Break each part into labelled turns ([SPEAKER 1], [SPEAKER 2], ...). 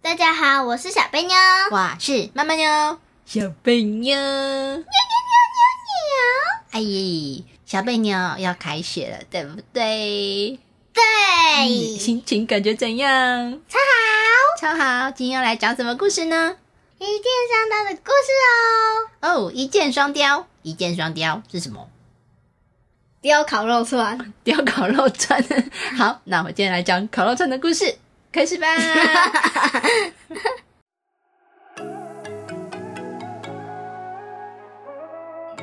[SPEAKER 1] 大家好，我是小贝妞。
[SPEAKER 2] 我是妈妈妞，小贝妞，哎耶，小贝妞要开学了，对不对？你
[SPEAKER 1] 对，
[SPEAKER 2] 心情感觉怎样？
[SPEAKER 1] 超好，
[SPEAKER 2] 超哎好，今天要来讲什么故事呢？
[SPEAKER 1] 一箭双刀的故事哦。
[SPEAKER 2] 哦，一箭双雕，一箭双雕是什么？
[SPEAKER 1] 雕烤肉串，
[SPEAKER 2] 雕烤肉串。 好，那我们今天来讲烤肉串的故事，开 始吧。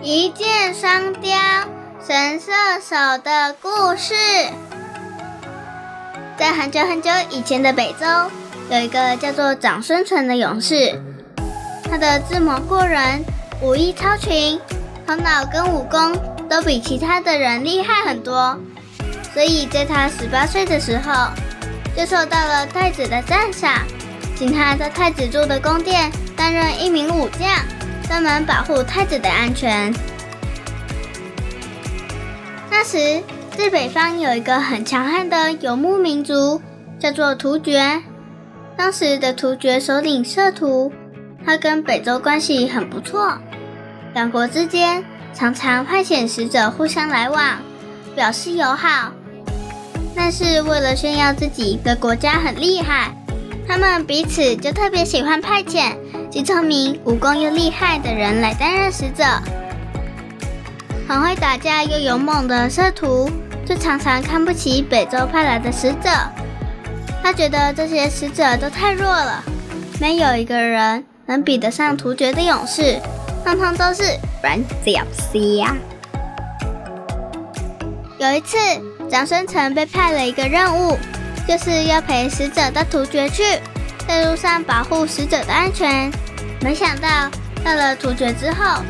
[SPEAKER 1] 一箭双雕，神射手的故事。在很久很久以前的北周，有一个叫做长孙淳的勇士，他的智谋过人，武艺超群，头脑跟武功都比其他的人厉害很多，所以在他十八岁的时候，就受到了太子的赞赏，请他在太子住的宫殿担任一名武将，专门保护太子的安全。那时，在北方有一个很强悍的游牧民族，叫做突厥。当时的突厥首领摄图，他跟北周关系很不错，两国之间常常派遣使者互相来往，表示友好。但是为了炫耀自己的国家很厉害，他们彼此就特别喜欢派遣既聪明、武功又厉害的人来担任使者。很会打架又勇猛的摄徒，就常常看不起北周派来的使者。他觉得这些使者都太弱了，没有一个人能比得上突厥的勇士，通通都是软脚虾。有一次，长孙城被派了一个任务，就是要陪使者到突厥去，在路上保护使者的安全。没想到到了突厥之后，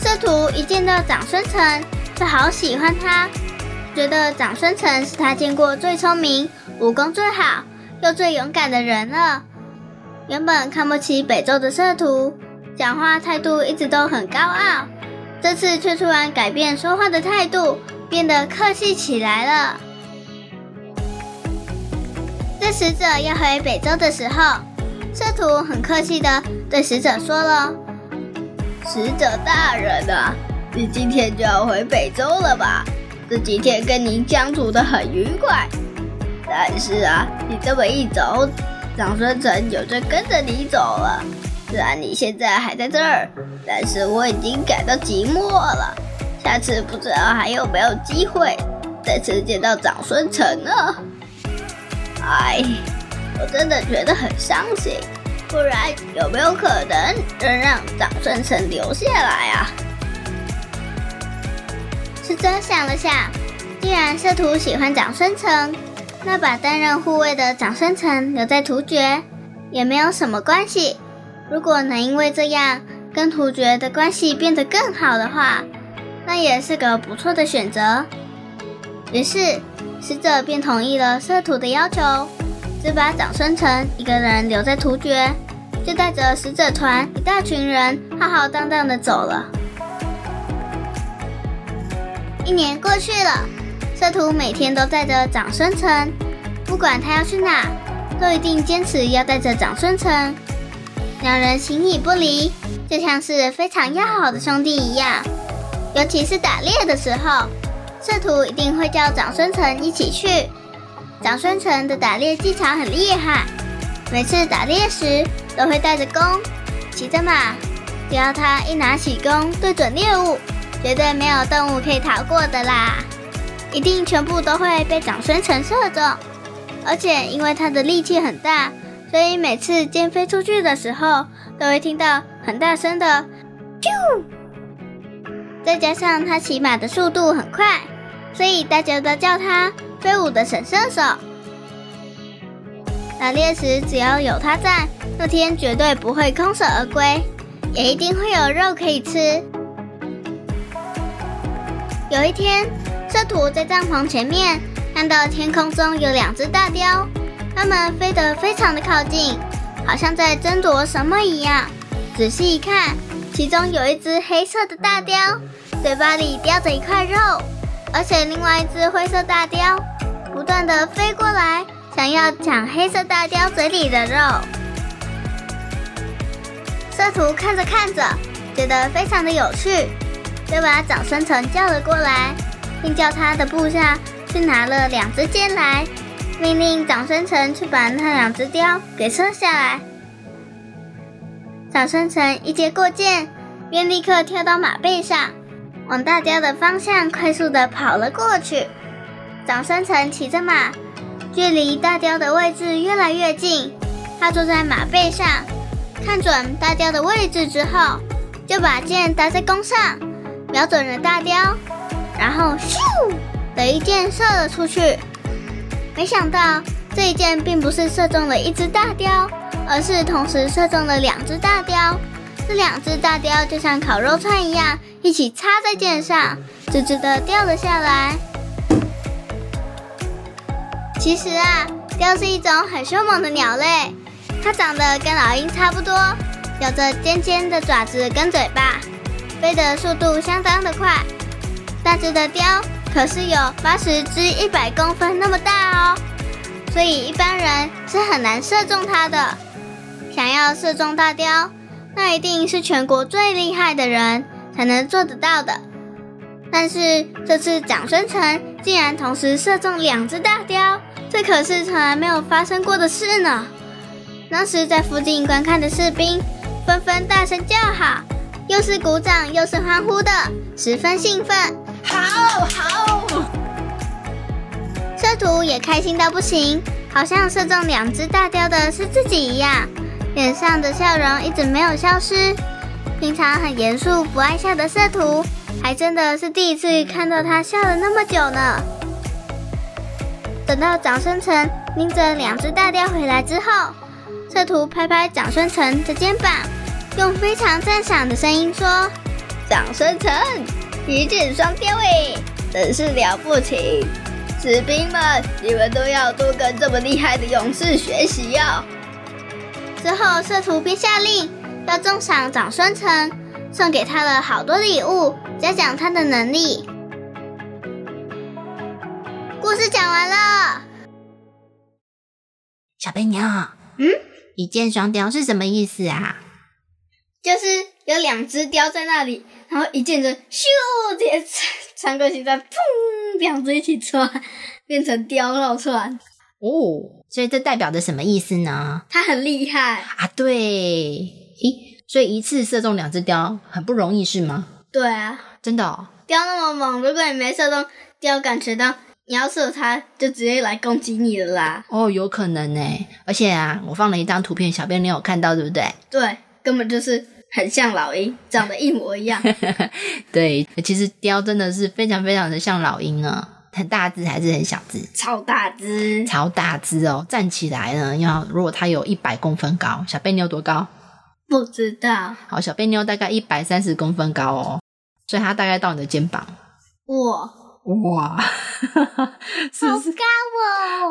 [SPEAKER 1] 摄徒一见到长孙城就好喜欢他，觉得长孙城是他见过最聪明、武功最好又最勇敢的人了。原本看不起北周的摄徒，讲话态度一直都很高傲，这次却突然改变说话的态度，变得客气起来了。在使者要回北周的时候，摄徒很客气的对使者说了：“使者大人啊，你今天就要回北周了吧？这几天跟您相处的很愉快，但是啊，你这么一走，长孙城也就跟着你走了。虽然你现在还在这儿，但是我已经感到寂寞了。下次不知道还有没有机会再次见到长孙城呢？哎，我真的觉得很伤心。不然有没有可能能让长孙城留下来啊？使者想了想，既然摄徒喜欢长孙城，那把担任护卫的长孙城留在突厥也没有什么关系。如果能因为这样跟突厥的关系变得更好的话，那也是个不错的选择。于是，使者便同意了摄徒的要求。只把长孙城一个人留在突厥，就带着使者团一大群人浩浩荡荡的走了。一年过去了，摄徒每天都带着长孙城，不管他要去哪，都一定坚持要带着长孙城。两人形影不离，就像是非常要好的兄弟一样。尤其是打猎的时候，摄徒一定会叫长孙城一起去。长孙城的打猎技巧很厉害，每次打猎时都会带着弓，骑着马。只要他一拿起弓对准猎物，绝对没有动物可以逃过的啦，一定全部都会被长孙城射中。而且因为他的力气很大，所以每次箭飞出去的时候，都会听到很大声的“啾”。再加上他骑马的速度很快，所以大家都叫他飞舞的神射手。打猎时只要有它在，那天绝对不会空手而归，也一定会有肉可以吃。有一天，圣徒在帐篷前面看到天空中有两只大雕，它们飞得非常的靠近，好像在争夺什么一样。仔细一看，其中有一只黑色的大雕，嘴巴里叼着一块肉，而且另外一只灰色大雕不断的飞过来，想要抢黑色大雕嘴里的肉。色图看着看着，觉得非常的有趣，就把长生成叫了过来，并叫他的部下去拿了两支箭来，命令长生成去把那两只雕给射下来。小生成一接过箭，便立刻跳到马背上，往大雕的方向快速的跑了过去。小生成骑着马，距离大雕的位置越来越近。他坐在马背上，看准大雕的位置之后，就把箭搭在弓上，瞄准了大雕，然后咻的一箭射了出去。没想到这一箭并不是射中了一只大雕。而是同时射中了两只大雕，这两只大雕就像烤肉串一样，一起插在箭上，直直的掉了下来。其实啊，雕是一种很凶猛的鸟类，它长得跟老鹰差不多，有着尖尖的爪子跟嘴巴，飞的速度相当的快。大只的雕可是有八十至一百公分那么大哦，所以一般人是很难射中它的。想要射中大雕，那一定是全国最厉害的人才能做得到的。但是这次长孙城竟然同时射中两只大雕，这可是从来没有发生过的事呢。当时在附近观看的士兵纷纷大声叫好，又是鼓掌又是欢呼的，十分兴奋。
[SPEAKER 3] 好好，
[SPEAKER 1] 射徒也开心到不行，好像射中两只大雕的是自己一样。脸上的笑容一直没有消失。平常很严肃不爱笑的色图，还真的是第一次看到他笑了那么久呢。等到长生城拎着两只大雕回来之后，色图拍拍长生城的肩膀，用非常赞赏的声音说：“
[SPEAKER 3] 长生城，一箭双雕诶，真是了不起！士兵们，你们都要多跟这么厉害的勇士学习呀、
[SPEAKER 1] 之后，社徒便下令要重赏长孙城，送给他了好多礼物，嘉奖他的能力。故事讲完了，
[SPEAKER 2] 小贝妞，
[SPEAKER 1] 嗯，
[SPEAKER 2] 一箭双雕是什么意思啊？
[SPEAKER 1] 就是有两只雕在那里，然后一箭就咻，直接穿穿过心脏，砰，两只一起穿，变成雕肉串，
[SPEAKER 2] 哦，所以这代表着什么意思呢？
[SPEAKER 1] 它很厉害。
[SPEAKER 2] 啊，对，咦，所以一次射中两只雕很不容易是吗？
[SPEAKER 1] 对啊，
[SPEAKER 2] 真的、哦？
[SPEAKER 1] 雕那么猛，如果你没射中，雕感觉到你要射它，就直接来攻击你了啦。
[SPEAKER 2] 哦，有可能呢。而且啊，我放了一张图片，小贝你有看到对不 对？
[SPEAKER 1] 对，根本就是很像老鹰，长得一模 一样。
[SPEAKER 2] 对，其实雕真的是非常非常的像老鹰呢，很大只还是很小只？
[SPEAKER 1] 超大只，
[SPEAKER 2] 超大只哦，站起来呢要，如果它有一百公分高，小贝妞多高？
[SPEAKER 1] 不知道
[SPEAKER 2] 好，小贝妞大概一百三十公分高哦，所以它大概到你的肩膀。
[SPEAKER 1] 我
[SPEAKER 2] 哇， 是不是？
[SPEAKER 1] 高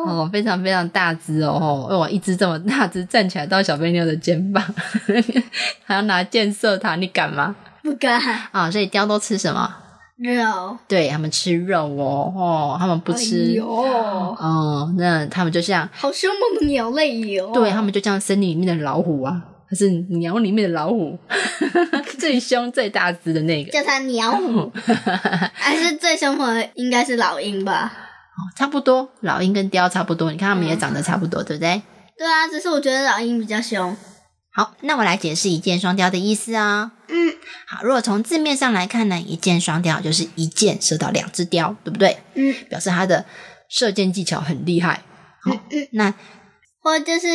[SPEAKER 1] 哦，
[SPEAKER 2] 哦，非常非常大只哦，哦哇，一只这么大只站起来到小贝妞的肩膀， 还要拿箭射它，你敢吗？
[SPEAKER 1] 不敢
[SPEAKER 2] 啊、所以雕都吃什么？
[SPEAKER 1] 肉，
[SPEAKER 2] 对他们吃肉哦，哦，他们不
[SPEAKER 1] 哎
[SPEAKER 2] 吃，
[SPEAKER 1] 呦
[SPEAKER 2] 哦，那他们就像
[SPEAKER 1] 好凶猛的鸟类哟、
[SPEAKER 2] 对他们就像森林里面的老虎啊，它是鸟里面的老虎， 最凶最大只的那个，
[SPEAKER 1] 叫它鸟虎，还是最凶猛的应该是老鹰吧？
[SPEAKER 2] 哦 差不多，老鹰跟雕差不多，你看它们也长得差不多，对不对？
[SPEAKER 1] 对啊，只是我觉得老鹰比较凶。
[SPEAKER 2] 好，那我来解释一箭双雕的意思哦。
[SPEAKER 1] 嗯
[SPEAKER 2] 好，如果从字面上来看呢，一箭双雕就是一箭射到两只雕，对不对？
[SPEAKER 1] 嗯
[SPEAKER 2] 表示它的射箭技巧很厉害。好，那
[SPEAKER 1] 或就是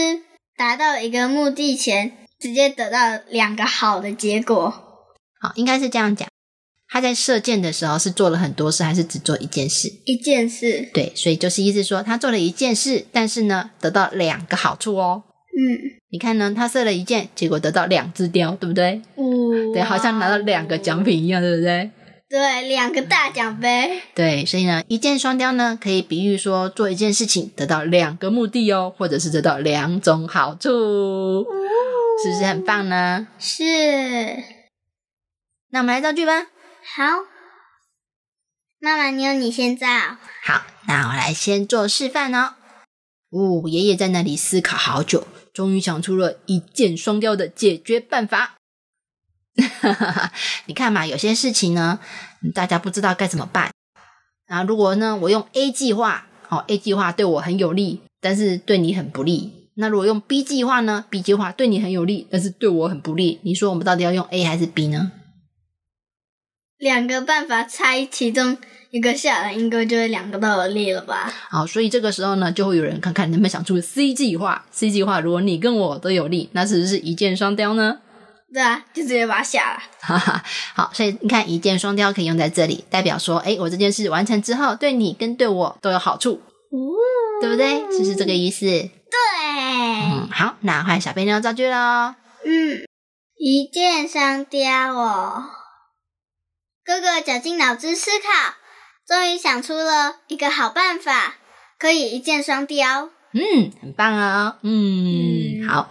[SPEAKER 1] 达到一个目的前，直接得到两个好的结果。
[SPEAKER 2] 好，应该是这样讲。他在射箭的时候是做了很多事，还是只做一件事？
[SPEAKER 1] 一件事，
[SPEAKER 2] 对，所以就是意思说他做了一件事，但是呢得到两个好处哦。
[SPEAKER 1] 嗯，
[SPEAKER 2] 你看呢，他射了一箭，结果得到两只雕，对不对？
[SPEAKER 1] 哦
[SPEAKER 2] 对，好像拿到两个奖品一样，对不对？
[SPEAKER 1] 对，两个大奖杯，
[SPEAKER 2] 对，所以呢，一箭双雕呢，可以比喻说做一件事情得到两个目的哦，或者是得到两种好处，是不是很棒呢？
[SPEAKER 1] 是
[SPEAKER 2] 那我们来造句吧。
[SPEAKER 1] 好。妈妈，你有你先造，
[SPEAKER 2] 好，那我来先做示范哦。哦，爷爷在那里思考好久，终于想出了一箭双雕的解决办法。 你看嘛，有些事情呢，嗯大家不知道该怎么办。啊，如果呢，我用 A 计划，哦，A 计划对我很有利，但是对你很不利。那如果用 B 计划呢？B 计划对你很有利，但是对我很不利。你说我们到底要用 A 还是 B 呢？
[SPEAKER 1] 两个办法猜其中一个下来，应该就会两个都有利了吧？
[SPEAKER 2] 好，所以这个时候呢，就会有人看看能不能想出 C 计划。C 计划，如果你跟我都有利，那是不是一箭双雕呢？
[SPEAKER 1] 对啊，就直接把它下来。
[SPEAKER 2] 哈哈，好，所以你看，一箭双雕可以用在这里，代表说，哎，我这件事完成之后，对你跟对我都有好处，对不对？是不是这个意思？
[SPEAKER 1] 对，
[SPEAKER 2] 嗯，好，那换小贝妞造句喽。
[SPEAKER 1] 嗯，一箭双雕哦。哥哥绞尽脑汁思考，终于想出了一个好办法，可以一箭双雕。
[SPEAKER 2] 嗯，很棒哦。嗯，
[SPEAKER 1] 嗯
[SPEAKER 2] 好，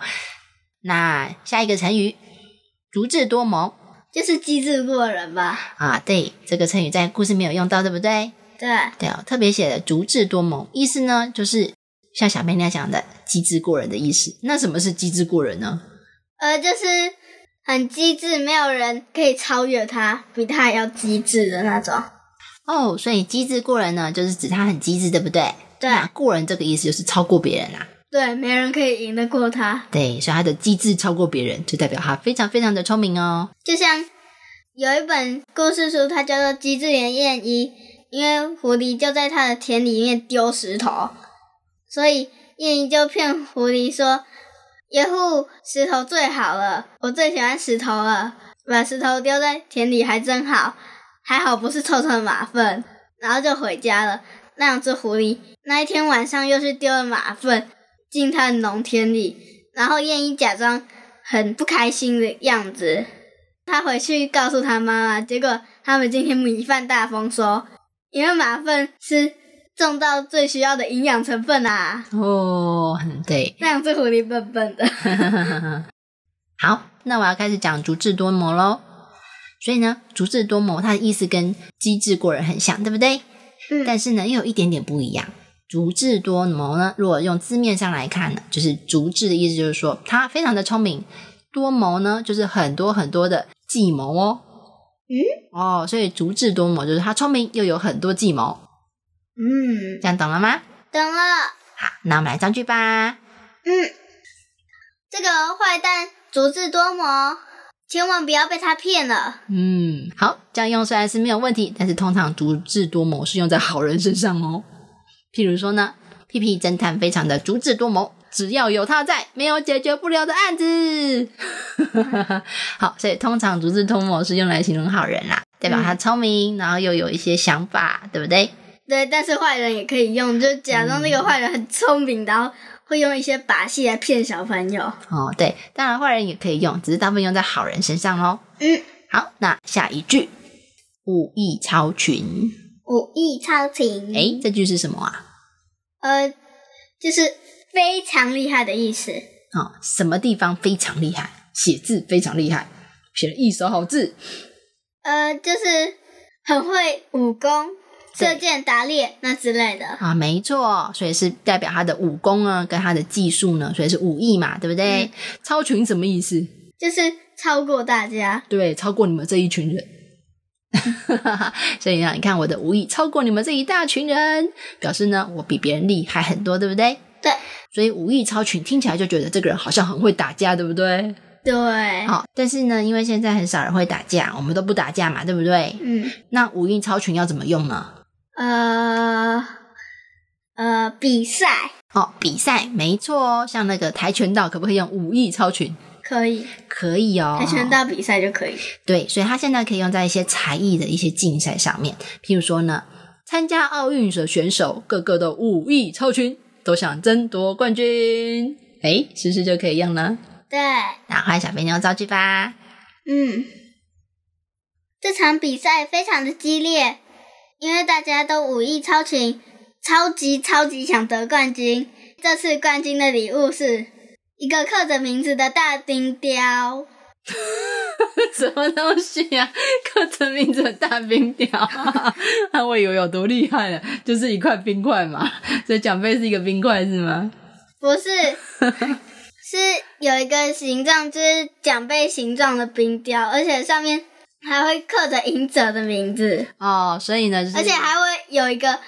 [SPEAKER 2] 那下一个成语“足智多谋
[SPEAKER 1] 就是机智过人吧？”
[SPEAKER 2] 啊，对，这个成语在故事没有用到，对不对？
[SPEAKER 1] 对，
[SPEAKER 2] 对哦，特别写的足智多谋，意思呢就是像小妹那样讲的机智过人的意思。那什么是机智过人呢？
[SPEAKER 1] 呃，就是很机智，没有人可以超越他，比他还要机智的那种。
[SPEAKER 2] 哦，所以机智过人呢，就是指他很机智，对不对？
[SPEAKER 1] 对
[SPEAKER 2] 那过人这个意思就是超过别人啦、
[SPEAKER 1] 对，没人可以赢得过他。
[SPEAKER 2] 对，所以他的机智超过别人，就代表他非常非常的聪明哦。
[SPEAKER 1] 就像有一本故事书，它叫做《机智的燕一》，因为狐狸就在它的田里面丢石头，所以燕一就骗狐狸说：“耶户，石头最好了，我最喜欢石头了，把石头丢在田里还真好，还好不是臭臭的马粪。”然后就回家了。那两只狐狸那一天晚上又去丢了马粪进它的农田里，然后燕一假装很不开心的样子。他回去告诉他妈妈，结果他们今天米饭大丰收，因为马粪是种到最需要的营养成分啊。
[SPEAKER 2] 哦，嗯对，
[SPEAKER 1] 那两只狐狸笨笨的，
[SPEAKER 2] 好，那我要开始讲足智多谋喽。所以呢，足智多谋它的意思跟机智过人很像，对不对？
[SPEAKER 1] 嗯
[SPEAKER 2] 但是呢，又有一点点不一样。足智多谋呢，如果用字面上来看呢，就是足智的意思就是说他非常的聪明，多谋呢就是很多很多的计谋哦。嗯，哦，所以足智多谋就是他聪明又有很多计谋，
[SPEAKER 1] 嗯，
[SPEAKER 2] 这样懂了吗？
[SPEAKER 1] 懂了。
[SPEAKER 2] 好，那我们来造句吧。
[SPEAKER 1] 嗯，这个坏蛋足智多谋，千万不要被他骗了。
[SPEAKER 2] 嗯，好，这样用虽然是没有问题，但是通常足智多谋是用在好人身上哦。譬如说呢，屁屁侦探非常的足智多谋，只要有他在，没有解决不了的案子。 好，所以通常足智多谋是用来形容好人啦，代表他聪明，然后又有一些想法，对不对？
[SPEAKER 1] 对，但是坏人也可以用，就假装那个坏人很聪明，然后会用一些把戏来骗小朋友。
[SPEAKER 2] 哦，对，当然坏人也可以用，只是大部分用在好人身上喽。
[SPEAKER 1] 嗯，
[SPEAKER 2] 好，那下一句，武艺超群。
[SPEAKER 1] 武艺超群。
[SPEAKER 2] 诶，这句是什么啊？
[SPEAKER 1] 呃，就是非常厉害的意思。
[SPEAKER 2] 啊、哦，什么地方非常厉害，写字非常厉害，写了一手好字。
[SPEAKER 1] 呃，就是很会武功、
[SPEAKER 2] 对
[SPEAKER 1] 射箭、打猎那之类的。
[SPEAKER 2] 啊，没错，所以是代表他的武功啊，跟他的技术呢，所以是武艺嘛，对不对？
[SPEAKER 1] 嗯
[SPEAKER 2] 超群什么意思？
[SPEAKER 1] 就是超过大家。
[SPEAKER 2] 对，超过你们这一群人。 所以呢，啊你看我的武艺超过你们这一大群人，表示呢我比别人厉害很多，对不对？
[SPEAKER 1] 对。
[SPEAKER 2] 所以武艺超群听起来就觉得这个人好像很会打架，对不对？
[SPEAKER 1] 对，
[SPEAKER 2] 好、但是呢，因为现在很少人会打架，我们都不打架嘛，对不对？
[SPEAKER 1] 嗯，
[SPEAKER 2] 那武艺超群要怎么用呢？
[SPEAKER 1] 呃，呃，比赛
[SPEAKER 2] 哦，比赛没错哦，像那个跆拳道可不可以用武艺超群？
[SPEAKER 3] 可以，
[SPEAKER 2] 可以哦
[SPEAKER 3] 跆。拳道比赛就可以。
[SPEAKER 2] 对，所以它现在可以用在一些才艺的一些竞赛上面，譬如说呢，参加奥运的选手个个都武艺超群，都想争夺冠军。哎，是不是就可以用了？
[SPEAKER 1] 对，
[SPEAKER 2] 那换小肥牛造句吧。
[SPEAKER 1] 嗯，这场比赛非常的激烈，因为大家都武艺超群，超级超级想得冠军。这次冠军的礼物是一个刻着名字的大冰雕。
[SPEAKER 2] 什么东西啊？刻成名字的大冰雕、 啊，那我以为有多厉害了，啊就是一块冰块嘛。所以奖杯是一个冰块是吗？
[SPEAKER 1] 不是，是有一个形状，就是奖杯形状的冰雕，而且上面还会刻着赢者的名字，
[SPEAKER 2] 哦，所以呢，就是
[SPEAKER 1] 而且还会有一个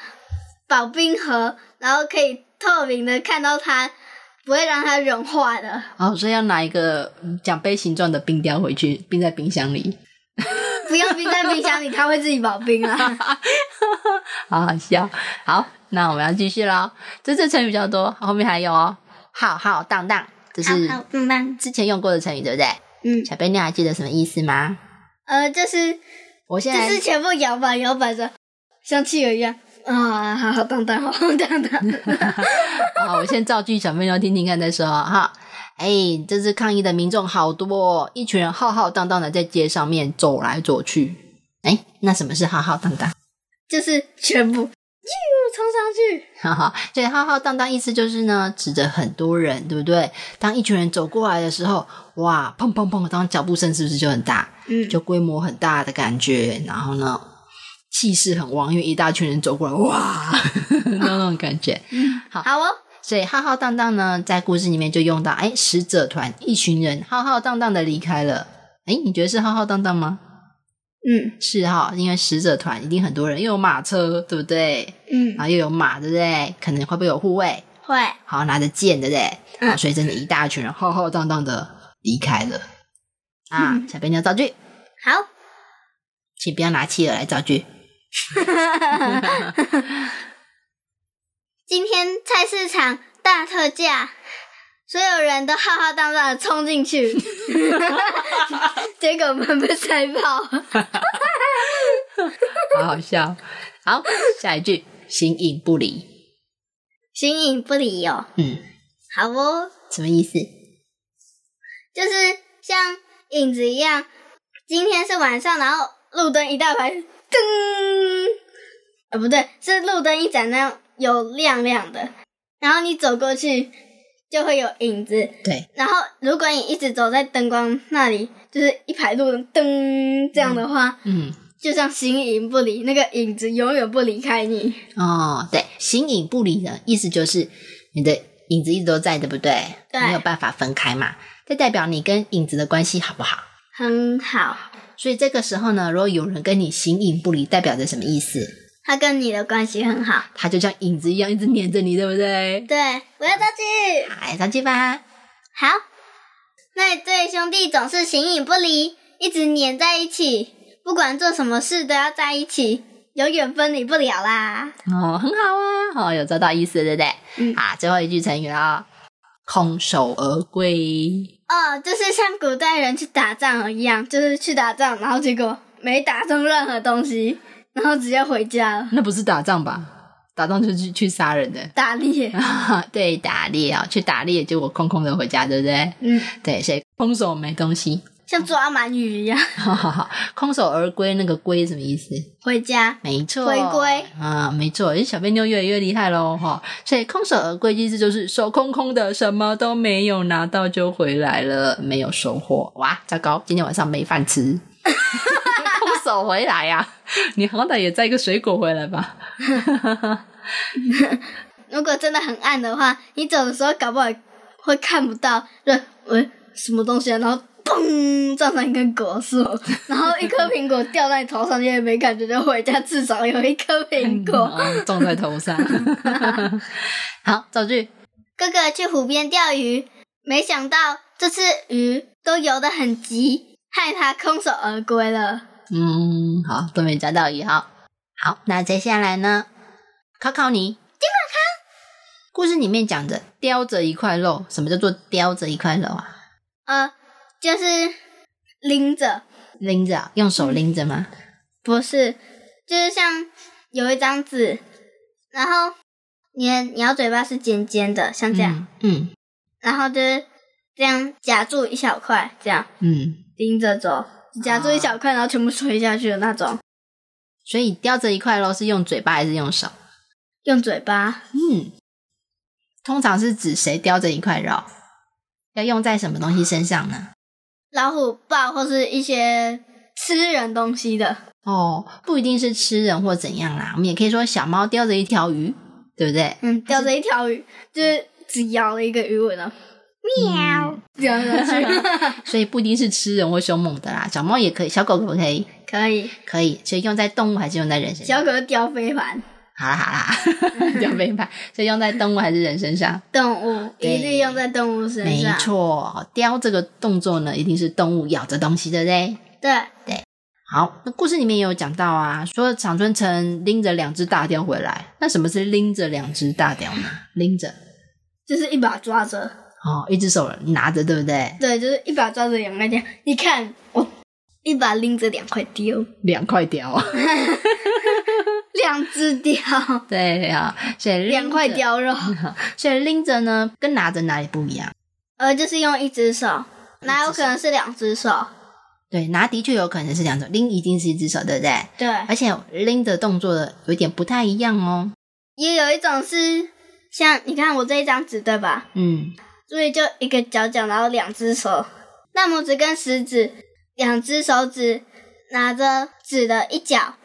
[SPEAKER 1] 保冰盒，然后可以透明的看到它，不会让它融化的。
[SPEAKER 2] 哦，所以要拿一个嗯奖杯形状的冰雕回去，冰在冰箱里，
[SPEAKER 1] 不用冰在冰箱里，它会自己保冰啦。
[SPEAKER 2] 好好笑。好，那我们要继续喽。这这成语比较多，后面还有哦，浩浩荡荡，这是
[SPEAKER 1] 好，棒棒。
[SPEAKER 2] 之前用过的成语，对不对？
[SPEAKER 1] 嗯，
[SPEAKER 2] 小贝，你还记得什么意思吗？
[SPEAKER 1] 呃，就是
[SPEAKER 2] 我现
[SPEAKER 1] 就
[SPEAKER 2] 在
[SPEAKER 1] 是全部摇摆摇摆着，像汽油一样啊，好好荡荡，好好荡荡。
[SPEAKER 2] 好，哦我先造句，小妹要听听看再说哈。哎，这次抗议的民众好多、哦，一群人浩浩荡荡的在街上面走来走去。哎，那什么是浩浩荡荡？
[SPEAKER 1] 就是全部，咻冲上去，
[SPEAKER 2] 哈哈，所以浩浩荡荡意思就是呢，指着很多人，对不对？当一群人走过来的时候，哇，砰砰砰，当脚步声是不是就很大？
[SPEAKER 1] 嗯
[SPEAKER 2] 就规模很大的感觉，然后呢，气势很旺，因为一大群人走过来，哇， 那种感觉。
[SPEAKER 1] 好哦，
[SPEAKER 2] 所以浩浩荡荡呢，在故事里面就用到，哎，使者团一群人浩浩荡荡的离开了。哎，你觉得是浩浩荡荡吗？
[SPEAKER 1] 嗯
[SPEAKER 2] 是哈，因为使者团一定很多人，又有马车，对不对？
[SPEAKER 1] 嗯，
[SPEAKER 2] 然后又有马，对不对？可能会不会有护卫？
[SPEAKER 1] 会，
[SPEAKER 2] 好，拿着剑，对不对？
[SPEAKER 1] 嗯
[SPEAKER 2] 啊，所以真的一大群人浩浩荡荡的离开了。啊，小编要造句，
[SPEAKER 1] 好，
[SPEAKER 2] 请不要拿企鹅来造句。
[SPEAKER 1] 今天菜市场大特价，所有人都浩浩荡荡的冲进 去，结果门被塞爆，
[SPEAKER 2] 好好笑。好，下一句，形影不离。
[SPEAKER 1] 形影不离哦。
[SPEAKER 2] 嗯，
[SPEAKER 1] 好哦，
[SPEAKER 2] 什么意思？
[SPEAKER 1] 就是像影子一样，今天是晚上，然后路灯一大排，噔，呃，不对，是路灯一盏那样有亮亮的，然后你走过去就会有影子，
[SPEAKER 2] 对，
[SPEAKER 1] 然后，如果你一直走在灯光那里，就是一排路灯灯这样的话，
[SPEAKER 2] 嗯，
[SPEAKER 1] 就像形影不离，那个影子永远不离开你。
[SPEAKER 2] 哦，对，形影不离呢，意思就是你的影子一直都在，对不对？
[SPEAKER 1] 对
[SPEAKER 2] 没有办法分开嘛。这代表你跟影子的关系好不好？
[SPEAKER 1] 很好，
[SPEAKER 2] 所以这个时候呢，如果有人跟你形影不离，代表着什么意思？
[SPEAKER 1] 他跟你的关系很好。
[SPEAKER 2] 他就像影子一样一直黏着你，对不对？
[SPEAKER 1] 对，我要造句。
[SPEAKER 2] 来，上去哎吧。
[SPEAKER 1] 好，那对兄弟总是形影不离，一直黏在一起，不管做什么事都要在一起，永远分离不了啦。
[SPEAKER 2] 哦，很好啊，哦，有抓到意思，对不对？
[SPEAKER 1] 嗯
[SPEAKER 2] 啊，最后一句成语了，空手而归。
[SPEAKER 1] 哦，就是像古代人去打仗一样，就是去打仗，然后结果没打中任何东西，然后直接回家了。
[SPEAKER 2] 那不是打仗吧？打仗就是去去杀人的。
[SPEAKER 1] 打猎。 嗯
[SPEAKER 2] 对，打猎啊、去打猎，结果空空的回家，对不对？
[SPEAKER 1] 嗯，
[SPEAKER 2] 对，所以空手没东西，
[SPEAKER 1] 像抓鳗鱼一样
[SPEAKER 2] 空手而归，那个归什么意思？
[SPEAKER 1] 回家。
[SPEAKER 2] 没错，
[SPEAKER 1] 回归
[SPEAKER 2] 啊，没错，这小贝妞越来越厉害喽哈。所以空手而归意思就是手空空的，什么都没有拿到就回来了，没有收获。哇，糟糕，今天晚上没饭吃。 空手回来呀、你好歹也摘个水果回来吧。
[SPEAKER 1] 如果真的很暗的话，你走的时候搞不好会看不到，就喂什么东西啊，然后嘣撞上一根果树，然后一颗苹果掉在你头上，你也没感觉，就回家至少有一颗苹 果。
[SPEAKER 2] 哦撞在头上。 好，造句。
[SPEAKER 1] 哥哥去湖边钓鱼，没想到这次鱼都游得很急，害他空手而归了。
[SPEAKER 2] 嗯，好，都没抓到一号。好，那接下来呢？考考你，金马康。故事里面讲的叼着一块肉，什么叫做叼着一块肉啊？
[SPEAKER 1] 呃，就是
[SPEAKER 3] 拎着，
[SPEAKER 2] 拎着啊，用
[SPEAKER 1] 嗯
[SPEAKER 2] 手拎着吗？
[SPEAKER 1] 不是，就是像有一张纸，然后你的鸟嘴巴是尖尖的，像这样，
[SPEAKER 2] 嗯，
[SPEAKER 1] 然后就是这样夹住一小块，这样
[SPEAKER 2] 嗯嗯，
[SPEAKER 1] 拎着走，夹住一小块，然后全部垂下去的那种，
[SPEAKER 2] 所以叼着一块肉是用嘴巴还是用手？
[SPEAKER 1] 用嘴巴
[SPEAKER 2] 嗯，通常是指谁叼着一块肉，要用在什么东西身上呢？
[SPEAKER 1] 老虎抱或是一些吃人东西的，
[SPEAKER 2] 哦，不一定是吃人或怎样啦，我们也可以说小猫叼着一条鱼，对不对？
[SPEAKER 1] 嗯，叼着一条鱼，就是只咬了一个鱼尾呢，
[SPEAKER 2] 喵、
[SPEAKER 1] 这样下去
[SPEAKER 2] 嗯所以不一定是吃人或凶猛的啦，小猫也可以，小狗可不可以？
[SPEAKER 1] 可以，
[SPEAKER 2] 可以，所以用在动物还是用在人身
[SPEAKER 1] 小
[SPEAKER 2] 上？
[SPEAKER 1] 狗叼飞盘，
[SPEAKER 2] 好啦 好啦，就被拍，所以用在动物还是人身上？
[SPEAKER 1] 动物
[SPEAKER 2] 对
[SPEAKER 1] 一律用在动物身
[SPEAKER 2] 没
[SPEAKER 1] 上，
[SPEAKER 2] 错，叼这个动作呢，一定是动物咬着东西，对不对？
[SPEAKER 1] 对，
[SPEAKER 2] 好，那故事里面也有讲到啊，说长春城拎着两只大雕回来，那什么是拎着两只大雕呢？拎着
[SPEAKER 1] 就是一把抓着。
[SPEAKER 2] 哦，一只手拿着，对不对？
[SPEAKER 1] 对，就是一把抓着两块掉。你看我一把拎着两块丢，
[SPEAKER 2] 两块雕，
[SPEAKER 1] 两只雕，
[SPEAKER 2] 对啊，所以拎着
[SPEAKER 1] 两块，雕肉，
[SPEAKER 2] 所以拎着呢跟拿着哪里不一样？
[SPEAKER 1] 呃，就是用一只手，哪有可能是两只手？
[SPEAKER 2] 对，拿的确有可能是两种，拎一定是一只手，对不对？
[SPEAKER 1] 对，
[SPEAKER 2] 而且拎的动作的有一点不太一样哦。
[SPEAKER 1] 也有一种是像你看我这一张纸对吧？
[SPEAKER 2] 嗯，
[SPEAKER 1] 所以就一个脚脚，然后两只手，大拇指跟食指，两只手指拿着纸的一角，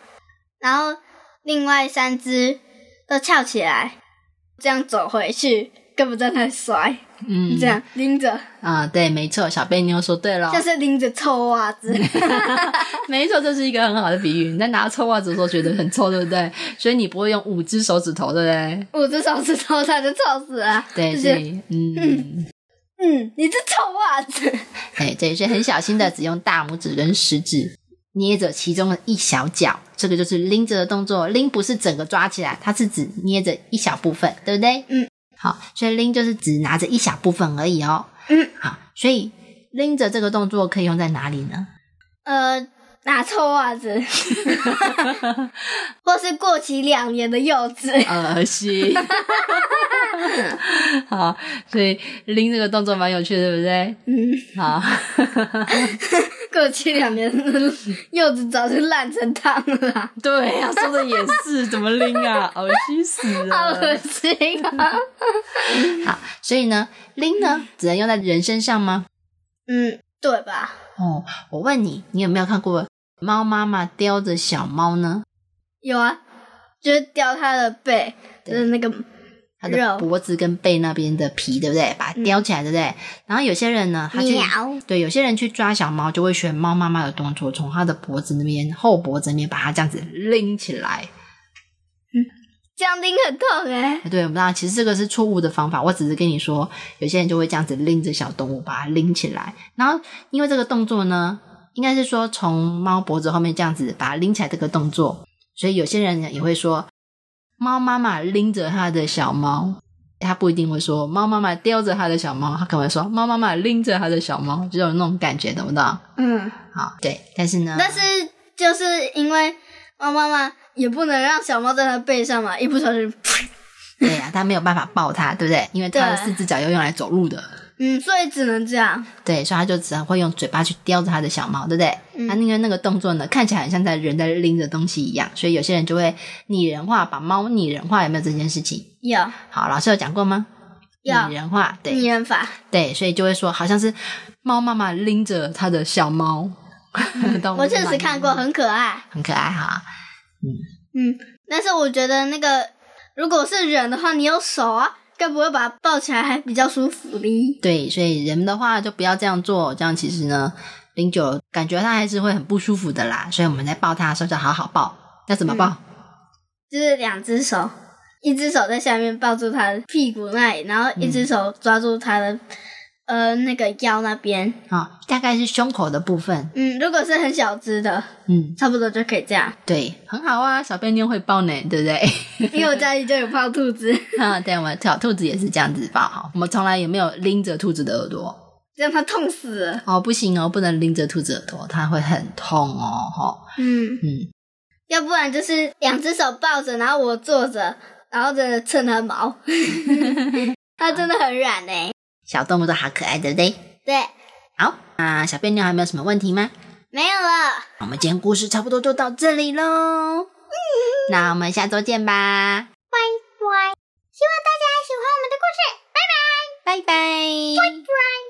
[SPEAKER 1] 然后另外三只都翘起来，这样走回去，根本在那里甩。
[SPEAKER 2] 嗯
[SPEAKER 1] 这样拎着，
[SPEAKER 2] 啊、对，没错，小贝妞说对了，哦
[SPEAKER 1] 像是拎着臭袜子，
[SPEAKER 2] 没错，这是一个很好的比喻。你在拿臭袜子的时候觉得很臭，对 不对？所以你不会用五只手指头，对不对？
[SPEAKER 1] 五只手指头差点臭死了。
[SPEAKER 2] 对，
[SPEAKER 1] 就
[SPEAKER 2] 所
[SPEAKER 1] 是
[SPEAKER 2] 以嗯，
[SPEAKER 1] 嗯，你这臭袜子，
[SPEAKER 2] 哎，对，所以很小心的只用大拇指跟食指捏着其中的一小角，这个就是拎着的动作。拎不是整个抓起来，它是只捏着一小部分，对不对？
[SPEAKER 1] 嗯，
[SPEAKER 2] 好，所以拎就是只拿着一小部分而已哦。
[SPEAKER 1] 嗯，
[SPEAKER 2] 好，所以拎着这个动作可以用在哪里呢？
[SPEAKER 1] 呃，拿臭袜子，或是过期两年的柚子，
[SPEAKER 2] 恶 心。好，所以拎这个动作蛮有趣的，对不对？
[SPEAKER 1] 嗯，
[SPEAKER 2] 好，
[SPEAKER 1] 过期两年 的柚子早就烂成汤了啦，
[SPEAKER 2] 对呀、说的也是，怎么拎 啊？恶心死
[SPEAKER 1] 好恶心啊！
[SPEAKER 2] 好，所以呢，拎呢只能用在人身上吗？
[SPEAKER 1] 嗯，对吧？
[SPEAKER 2] 哦，我问你，你有没有看过猫妈妈叼着小猫呢？
[SPEAKER 1] 有啊，就是叼它的背，就是那个，
[SPEAKER 2] 它的
[SPEAKER 1] 肉
[SPEAKER 2] 脖子跟背那边的皮，对不对？把它叼起来，对不对？然后有些人呢，他去
[SPEAKER 3] 喵
[SPEAKER 2] 对，有些人去抓小猫，就会学猫妈妈的动作，从它的脖子那边、后脖子那边把它这样子拎起来。
[SPEAKER 1] 这样拎很痛哎、
[SPEAKER 2] 对，我不知道，其实这个是错误的方法。我只是跟你说，有些人就会这样子拎着小动物把它拎起来，然后因为这个动作呢，应该是说从猫脖子后面这样子把它拎起来这个动作，所以有些人也会说猫妈妈拎着它的小猫。他不一定会说猫妈妈叼着它的小猫，他可能会说猫妈妈拎着它的小猫，就有那种感觉，懂不懂？
[SPEAKER 1] 嗯。
[SPEAKER 2] 好，对，但是呢，
[SPEAKER 1] 但是就是因为猫妈妈也不能让小猫在它背上嘛，一不小心，噗
[SPEAKER 2] 对呀、它没有办法抱它，对不对？因为它的
[SPEAKER 1] 对
[SPEAKER 2] 四只脚要用来走路的，
[SPEAKER 1] 嗯，所以只能这样。
[SPEAKER 2] 对，所以它就只能会用嘴巴去叼着它的小猫，对不对？
[SPEAKER 1] 嗯
[SPEAKER 2] 那、因为那个动作呢，看起来很像在人在拎着东西一样，所以有些人就会拟人化，把猫拟人化，有没有这件事情？
[SPEAKER 1] 有
[SPEAKER 2] 好，老师有讲过吗？拟
[SPEAKER 1] 有嗯
[SPEAKER 2] 人化，对、
[SPEAKER 1] 拟人法，
[SPEAKER 2] 对，所以就会说好像是猫妈妈拎着它的小猫， 懂
[SPEAKER 1] 嗯我确
[SPEAKER 2] 吗
[SPEAKER 1] 实看过，很可爱。
[SPEAKER 2] 很可爱哈。
[SPEAKER 1] 嗯，但是我觉得那个如果是人的话，你有手啊，该不会把它抱起来还比较舒服哩？
[SPEAKER 2] 对，所以人的话就不要这样做，这样其实呢，零九感觉它还是会很不舒服的啦。所以我们在抱它的时候就好好抱，要怎么抱？
[SPEAKER 1] 就是两只手，一只手在下面抱住它的屁股那里，然后一只手抓住它的、呃那个腰那边。
[SPEAKER 2] 啊、大概是胸口的部分。
[SPEAKER 1] 嗯，如果是很小只的，
[SPEAKER 2] 嗯，
[SPEAKER 1] 差不多就可以这样。
[SPEAKER 2] 对，很好啊，小便妞会抱呢，对 不对？
[SPEAKER 1] 因为我家里就有泡兔子，
[SPEAKER 2] 啊，对，我们小兔子也是这样子抱哈，我们从来也没有拎着兔子的耳朵。
[SPEAKER 1] 让他痛死了。
[SPEAKER 2] 哦，不行哦，不能拎着兔子耳朵，它会很痛哦，哈、
[SPEAKER 1] 嗯，
[SPEAKER 2] 嗯，
[SPEAKER 1] 要不然就是两只手抱着，然后我坐着，然后真的蹭它毛， 它真的很软哎、
[SPEAKER 2] 小动物都好可爱，对不对？
[SPEAKER 1] 对，
[SPEAKER 2] 好，那小便妞还没有什么问题吗？
[SPEAKER 1] 没有了，
[SPEAKER 2] 我们今天故事差不多就到这里
[SPEAKER 4] 嗯
[SPEAKER 2] 喽，那我们下周见吧，
[SPEAKER 4] 乖，希望大家喜欢我们的故事，拜拜。
[SPEAKER 2] 拜拜。
[SPEAKER 4] 乖